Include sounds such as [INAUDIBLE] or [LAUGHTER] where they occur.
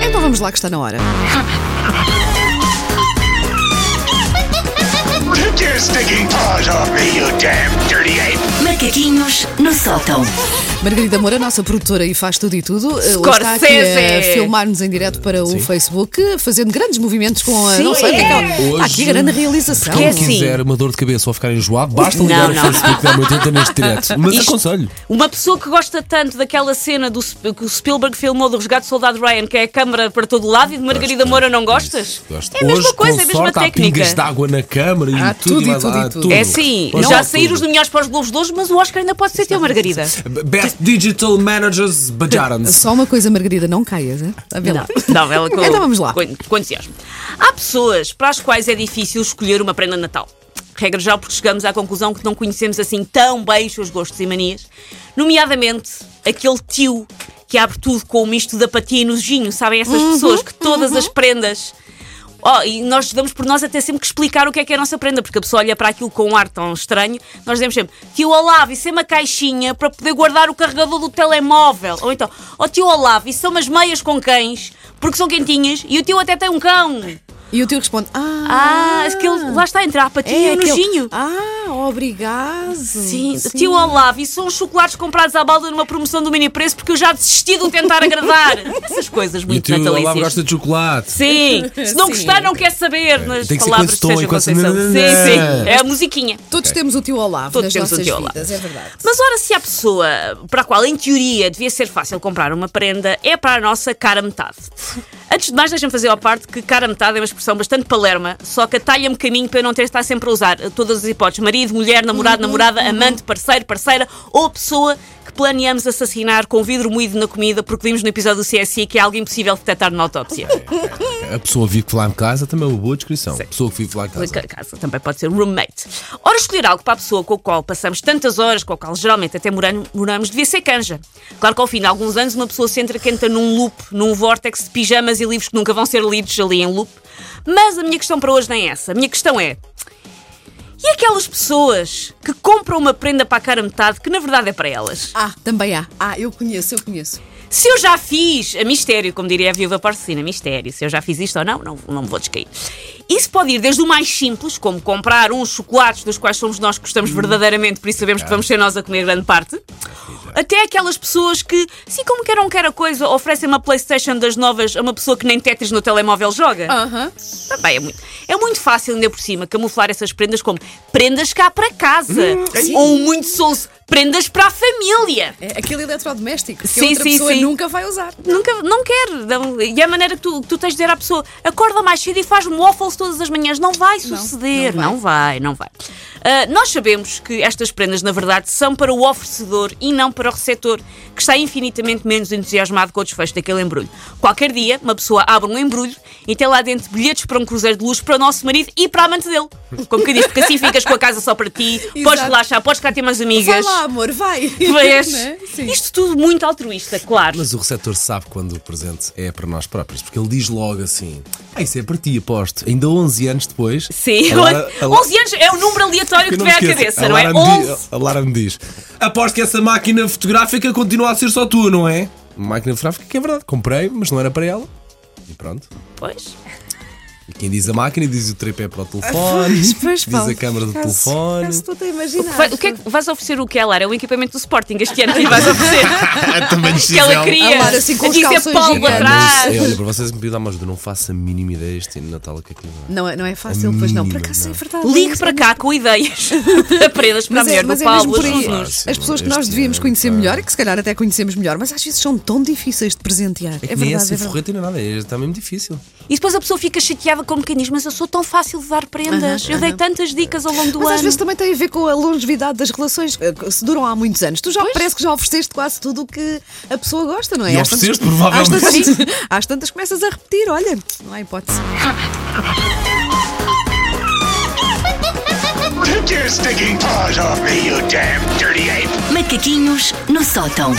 Então Vamos lá que está na hora. Take your stinking paws off me, you damn dirty ape! Macaquinhos no sótão. Margarida Moura, nossa produtora e faz tudo e tudo, eh, hoje está aqui a Scorsese! filmar-nos em direto para o Facebook, eh, fazendo grandes movimentos com a. Sim, não sei o que é que ela- Hoje- Há aqui grande realização. Porque é Quem assim- quiser uma dor de cabeça ou ficar enjoado, basta ligar Não, ao não. Facebook da 80 [LAUGHS] neste direto. Mas Isto- aconselho. Uma pessoa que gosta tanto daquela cena do, Sp- que o Spielberg filmou do Resgate do Soldado Ryan, que é a câmara para todo lado, e de Margarida Moura não gostas? Gosto. É a mesma Hoje, coisa, é com a mesma sorte, há técnica. pingas de água na câmara e Há tudo, tudo e mais- tudo e há tudo. É sim, Hoje já há saíram os tudo. nomeados para os Globos de hoje, mas o Oscar ainda pode ser teu, Margarida. Best Digital Managers Bajaran-se. Só uma coisa, Margarida, não caias, é? Está bem Não, lá. [LAUGHS] não, ela [LAUGHS] com, Então vamos lá. Com, com entusiasmo. Há pessoas para as quais é difícil escolher uma prenda de Natal. Regra geral, porque chegamos à conclusão que não conhecemos assim tão bem os seus gostos e manias. Nomeadamente, aquele tio que abre tudo com o misto da patia e nojinho. Sabem essas Uhum, pessoas que todas as prendas... Oh, e nós damos por nós até sempre que explicar o que é que é a nossa prenda, porque a pessoa olha para aquilo com um ar tão estranho. Nós dizemos sempre, tio Olavo, isso é uma caixinha para poder guardar o carregador do telemóvel. Ou então, oh tio Olavo, isso são umas meias com cães, porque são quentinhas, e o tio até tem um cão. E o tio responde: Ah, Ah, aquele, lá está a entrar, para ti é, é, aquele- nojinho. Ah, obrigado. Sim, tio Olavo, isso são os chocolates comprados à balda numa promoção do mini preço, porque eu já desisti de o tentar agradar. Essas coisas E [LAUGHS] muito tu, Olavo, natalícias. gosta de chocolate. Sim, se não Sim. gostar, não quer saber. É, Nas Tem que ser palavras com esse de Sérgio tom, com essa- Conceição. Sim, sim. É a musiquinha. Todos temos o tio Olavo Todos nas temos o nossas tio Olavo. vidas, é verdade. Mas ora, se a pessoa para a qual, em teoria, devia ser fácil comprar uma prenda, é para a nossa cara metade. Antes de mais, deixem-me fazer à parte que cara metade é uma expressão bastante palerma, só que atalha-me caminho para eu não ter de estar sempre a usar todas as hipóteses: marido, mulher, namorado, namorada, amante, parceiro, parceira ou pessoa que planeamos assassinar com vidro moído na comida porque vimos no episódio do CSI que é algo impossível de detectar numa autópsia. A pessoa vive lá em casa também é uma boa descrição. Sim. A pessoa que vive lá em casa. Ca- casa, também pode ser roommate. Ora, escolher algo para a pessoa com a qual passamos tantas horas, com a qual geralmente até moran- moramos, devia ser canja. Claro que ao fim de alguns anos uma pessoa se entra que entra num loop, num vórtex de pijamas e livros que nunca vão ser lidos ali em loop. Mas a minha questão para hoje nem é essa. A minha questão é. E aquelas pessoas que compram uma prenda para a cara metade que na verdade é para elas? Ah, também há. Ah, eu conheço, eu conheço. Se eu já fiz, a mistério, como diria a viúva porcina, mistério, se eu já fiz isto ou não, não, não me vou descair. Isso pode ir desde o mais simples, como comprar uns chocolates dos quais somos nós que gostamos verdadeiramente, por isso sabemos que vamos ser nós a comer grande parte, até aquelas pessoas que, assim como quer ou não quer a coisa, oferecem uma Playstation das novas a uma pessoa que nem Tetris no telemóvel joga. Aham. Também é muito, é muito fácil, ainda por cima, camuflar essas prendas como prendas cá para casa, ou muito sonso, prendas para a família. É aquele eletrodoméstico que Sim, a outra sim, pessoa sim. nunca vai usar. Nunca, não quer. Não- E a maneira que tu, que tu tens de dizer à pessoa, acorda mais cedo e faz waffles todas as manhãs. Não vai suceder. não Não vai, não vai. Ah, nós sabemos que estas prendas, na verdade, são para o oferecedor e não para o receptor, que está infinitamente menos entusiasmado com o desfecho daquele embrulho. Qualquer dia, uma pessoa abre um embrulho e tem lá dentro bilhetes para um cruzeiro de luxo para o nosso marido e para a amante dele. Como que diz, porque assim ficas com a casa só para ti, podes Exato. relaxar, podes cá ter mais Vai amigas. lá, amor, vai. [LAUGHS] Vês? Né? Sim. Isto tudo muito altruísta, claro. Mas o receptor sabe quando o presente é para nós próprios, porque ele diz logo assim: Ah, isso é para ti, aposto. Ainda 11 anos depois. Sim, a [LAUGHS] Lara- a Lara- 11 anos é o número aleatório que Eu te não vem à me esqueço. cabeça, A não é? Lara me di- 11. A Lara me diz: Aposto que essa máquina fotográfica continua a ser só tua, não é? Máquina fotográfica que é verdade, comprei, mas não era para ela. E pronto. Pois. E quem diz a máquina diz o tripé para o [LAUGHS] telefone, pois, diz Paulo, a câmara do por acaso- por acaso telefone. Estou a imaginar. Vai- o que é que vais oferecer o que é, Lara? É o equipamento do Sporting este ano que lhe [LAUGHS] vais oferecer. [LAUGHS] que ela queria. A Lara, assim, com a os dizer calções Paulo gigantes. atrás. Mas, olha, para vocês me pedirem uma ajuda, não faço a mínima ideia este ano de Natal o que é que é. Não é, não é fácil, pois não. Por Mínima, acaso é não. verdade. Ligue para cá [LAUGHS] com ideias. Aprendas para a Mas é, mulher do mas é mesmo Paulo. por aí. ajude-nos. Jesus. As pessoas que nós Este é devíamos ano, conhecer pá. melhor e que se calhar até conhecemos melhor, mas às vezes são tão difíceis de presentear. É, É que nem verdade, essa é verdade. forreta nem nada, é- está mesmo difícil. E depois a pessoa fica chateada como quem diz, mas eu sou tão fácil de dar prendas. Aham, eu dei aham. tantas dicas ao longo do Mas às ano. vezes também tem a ver com a longevidade das relações, eh, que se duram há muitos anos. Tu já parece que já ofereceste quase tudo o que a pessoa gosta, não é? E Às tantas- ofereceste, provavelmente. Às tantas, [LAUGHS] às tantas começas a repetir, olha, não há hipótese. Take your stinking paws off me, you damn dirty ape! Macaquinhos no sótão.